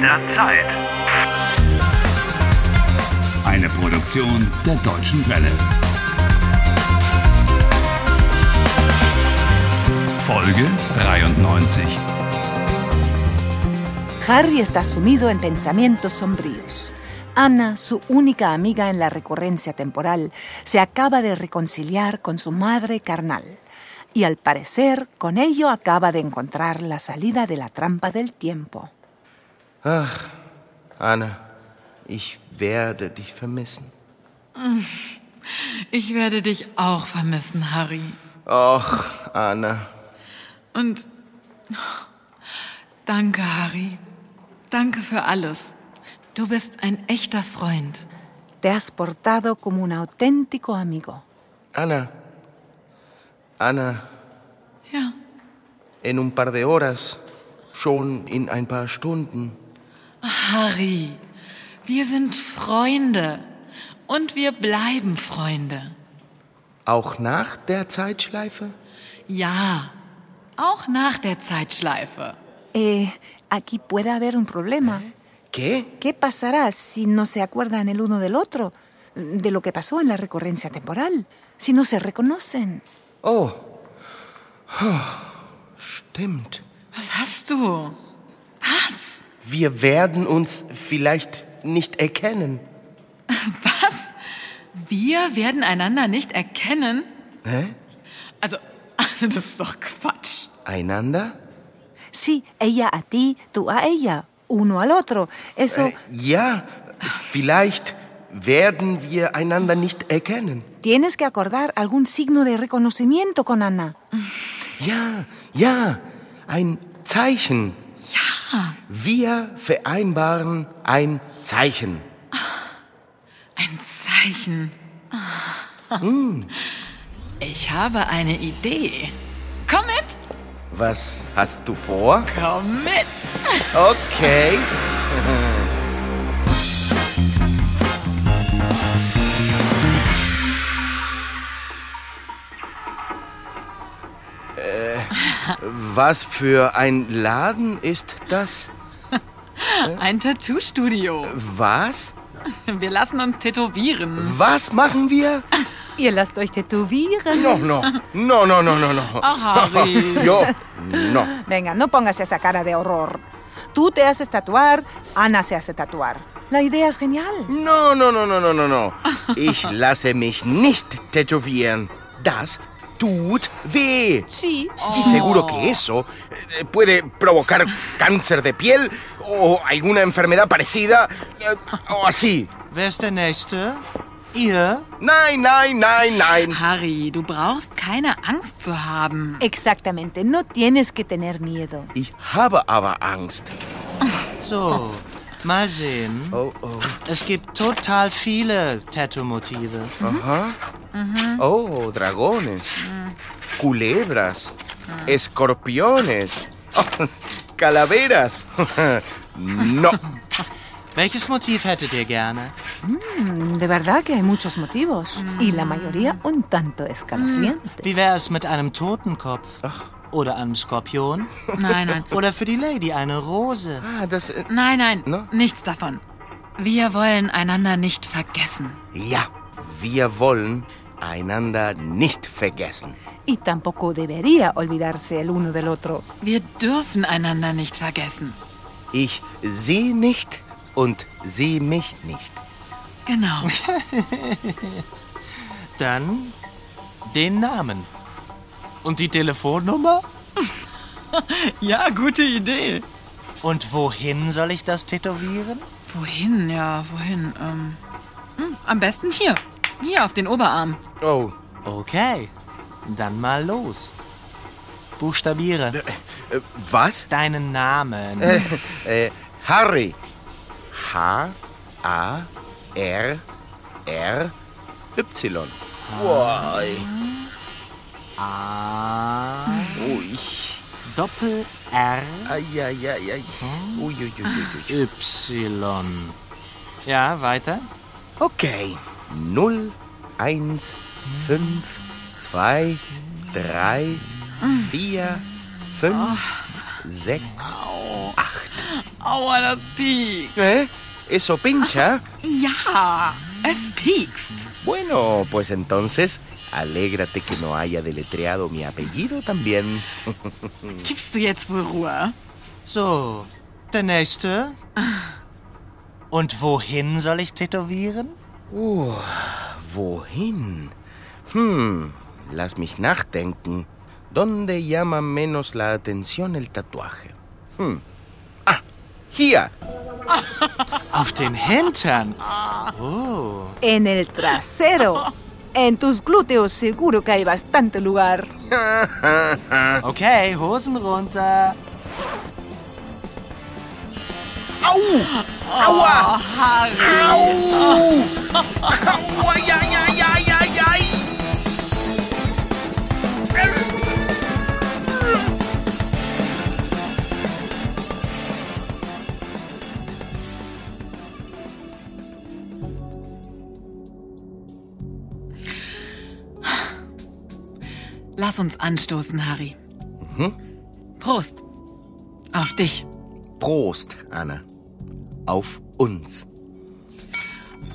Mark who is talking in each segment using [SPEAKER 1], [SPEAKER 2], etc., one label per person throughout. [SPEAKER 1] der Zeit.
[SPEAKER 2] Eine Produktion der Deutschen Welle. Folge 93.
[SPEAKER 3] Harry está sumido en pensamientos sombríos. Anna, su única amiga en la recurrencia temporal, se acaba de reconciliar con su madre carnal. Y al parecer, con ello acaba de encontrar la salida de la trampa del tiempo.
[SPEAKER 4] Ach, Anne, ich werde dich vermissen.
[SPEAKER 5] Ich werde dich auch vermissen, Harry.
[SPEAKER 4] Och, Anne.
[SPEAKER 5] Und danke, Harry. Danke für alles. Du bist ein echter Freund.
[SPEAKER 3] Te has portado como un auténtico amigo.
[SPEAKER 4] Anna. Anna,
[SPEAKER 5] Ja,
[SPEAKER 4] en un par de horas, schon in ein paar Stunden.
[SPEAKER 5] Harry. Wir sind Freunde. Und wir bleiben Freunde.
[SPEAKER 4] Auch nach der Zeitschleife?
[SPEAKER 5] Ja, auch nach der Zeitschleife.
[SPEAKER 3] Eh, aquí puede haber un problema.
[SPEAKER 4] ¿Qué?
[SPEAKER 3] ¿Qué pasará si no se acuerdan el uno del otro? mm, De lo que pasó en la recurrencia temporal. Si no se reconocen.
[SPEAKER 4] Oh. Stimmt.
[SPEAKER 5] Was hast du? Was?
[SPEAKER 4] Wir werden uns vielleicht nicht erkennen.
[SPEAKER 5] Was? Wir werden einander nicht erkennen?
[SPEAKER 4] Hä?
[SPEAKER 5] Also, also das ist doch Quatsch.
[SPEAKER 4] Einander?
[SPEAKER 3] Sí, ella a ti, tú a ella, uno al otro. Eso
[SPEAKER 4] Ja, vielleicht werden wir einander nicht erkennen.
[SPEAKER 3] tienes que acordar algún signo de reconocimiento con Ana.
[SPEAKER 4] Ja, ja, ein Zeichen.
[SPEAKER 5] Ja,
[SPEAKER 4] Wir vereinbaren ein Zeichen.
[SPEAKER 5] ein Zeichen. Hm. Ich habe eine Idee. Komm mit!
[SPEAKER 4] Was hast du vor?
[SPEAKER 5] Komm mit!
[SPEAKER 4] Okay. Äh, Was für ein Laden ist das?
[SPEAKER 5] Ein Tattoo-Studio.
[SPEAKER 4] Was?
[SPEAKER 5] Wir lassen uns tätowieren.
[SPEAKER 4] Was machen wir?
[SPEAKER 3] Y las doy titubieren.
[SPEAKER 4] No, no, no, no, no, no, no.
[SPEAKER 5] Ach, Harry.
[SPEAKER 4] Jo, no.
[SPEAKER 3] Venga, no pongas esa cara de horror. Tú te haces tatuar, Ana se hace tatuar. La idea es genial.
[SPEAKER 4] No, no, no, no, no, no, no. Ich lasse mich nicht tätowieren. Das tut weh.
[SPEAKER 3] Sí.
[SPEAKER 4] Y seguro que eso eh, puede provocar cáncer de piel o alguna enfermedad parecida eh, o así.
[SPEAKER 6] Wer ist der Nächste? Ihr?
[SPEAKER 4] Nein, nein, nein, nein.
[SPEAKER 5] Harry, du brauchst keine Angst zu haben.
[SPEAKER 3] Exactamente, no tienes que tener miedo.
[SPEAKER 4] Ich habe aber Angst.
[SPEAKER 6] So, mal sehen.
[SPEAKER 4] Oh, oh.
[SPEAKER 6] Es gibt total viele Tattoo-Motive.
[SPEAKER 4] Ajá. Oh, dragones. Culebras. Escorpiones. oh, calaveras. no.
[SPEAKER 6] Welches Motiv hättet ihr gerne?
[SPEAKER 3] De verdad que hay muchos motivos y la mayoría un tanto escalofriante.
[SPEAKER 6] Wie wäre es mit einem Totenkopf? Oder einem Skorpion?
[SPEAKER 5] Nein, nein.
[SPEAKER 6] Oder für die Lady eine Rose?
[SPEAKER 4] Ah, das. äh,
[SPEAKER 5] Nein, nein.
[SPEAKER 4] Ne?
[SPEAKER 5] Nichts davon. Wir wollen einander nicht vergessen.
[SPEAKER 4] Ja, wir wollen einander nicht vergessen.
[SPEAKER 3] Y tampoco debería olvidarse el uno del otro.
[SPEAKER 5] Wir dürfen einander nicht vergessen.
[SPEAKER 4] Ich sie nicht und sie mich nicht.
[SPEAKER 5] Genau.
[SPEAKER 6] Dann den Namen. Und die Telefonnummer?
[SPEAKER 5] Ja, gute Idee.
[SPEAKER 6] Und wohin soll ich das tätowieren?
[SPEAKER 5] Wohin, ja, wohin? Ähm, hm, am besten hier. Hier auf den Oberarm.
[SPEAKER 4] Oh,
[SPEAKER 6] Okay, dann mal los. Buchstabiere
[SPEAKER 4] äh, was?
[SPEAKER 6] deinen Namen.
[SPEAKER 4] Äh, Harry. H A R R Y.
[SPEAKER 6] A.
[SPEAKER 4] Ui.
[SPEAKER 6] Doppel R.
[SPEAKER 4] Ai, ai, ai, ai. Ui, ui, ui, ui, ui.
[SPEAKER 6] Y. Ja, weiter.
[SPEAKER 4] Okay. 0 1 5 2
[SPEAKER 6] Oh.
[SPEAKER 4] 3 4 5 6
[SPEAKER 5] Aua, das piekst.
[SPEAKER 6] Äh?
[SPEAKER 4] ¿Eh? ¿Eso pincha?
[SPEAKER 5] Ja, es piekst.
[SPEAKER 4] Bueno, pues entonces, alégrate que no haya deletreado mi apellido también.
[SPEAKER 5] Gibst du jetzt wohl Ruhe?
[SPEAKER 6] So, der nächste. Und wohin soll ich tätowieren?
[SPEAKER 4] Uh, ¿Wohin? Hmm, lass mich nachdenken. ¿Dónde llama menos la atención el tatuaje? Hmm. Ah, hier.
[SPEAKER 6] Auf den Hintern. Oh.
[SPEAKER 3] En el trasero. En tus glúteos seguro que hay bastante lugar.
[SPEAKER 6] Okay, Hosen runter.
[SPEAKER 4] ¡Agua! ¡Au! ¡Au! ¡Ay, ay, ay, ay, ay, ay!
[SPEAKER 5] Lass uns anstoßen, Harry. Prost. Auf dich.
[SPEAKER 4] Prost, Anna. Auf uns.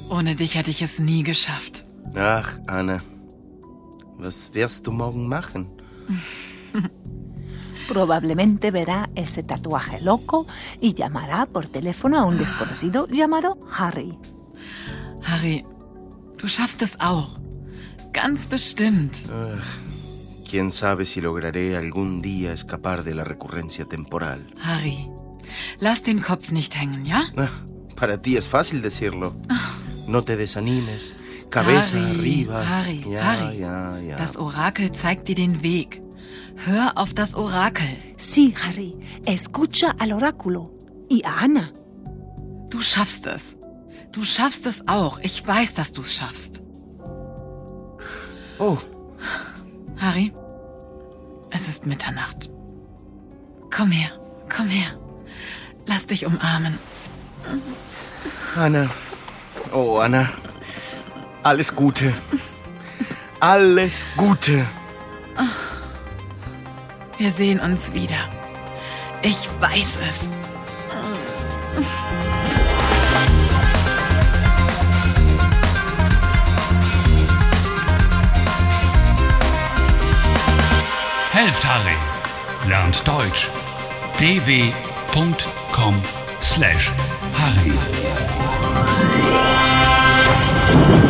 [SPEAKER 5] Ohne dich hätte ich es nie geschafft.
[SPEAKER 4] Ach, Anna. Was wirst du morgen machen?
[SPEAKER 3] Probablemente verá ese tatuaje loco y llamará por teléfono a un desconocido llamado Harry.
[SPEAKER 5] Harry, du schaffst es auch. Ganz bestimmt.
[SPEAKER 4] Quién sabe si lograré algún día escapar de la recurrencia temporal.
[SPEAKER 5] Harry, lass den Kopf nicht hängen, ja?
[SPEAKER 4] Ah, para ti es fácil decirlo. No te desanimes. Cabeza
[SPEAKER 5] Ah. Harry,
[SPEAKER 4] arriba.
[SPEAKER 5] Harry,
[SPEAKER 4] ya,
[SPEAKER 5] Harry.
[SPEAKER 4] ya, ya.
[SPEAKER 5] Das Orakel zeigt dir den Weg. Hör auf das Orakel.
[SPEAKER 3] Sí, Harry, escucha al oráculo y a Ana.
[SPEAKER 5] Du schaffst es. Du schaffst es auch. Ich weiß, dass du es schaffst.
[SPEAKER 4] Oh,
[SPEAKER 5] Harry, es ist Mitternacht. Komm her, komm her. Lass dich umarmen.
[SPEAKER 4] Anna. Oh, Anna. Alles Gute. Alles Gute.
[SPEAKER 5] Wir sehen uns wieder. Ich weiß es.
[SPEAKER 2] Helft Harry. Lernt Deutsch. dw.com/harry.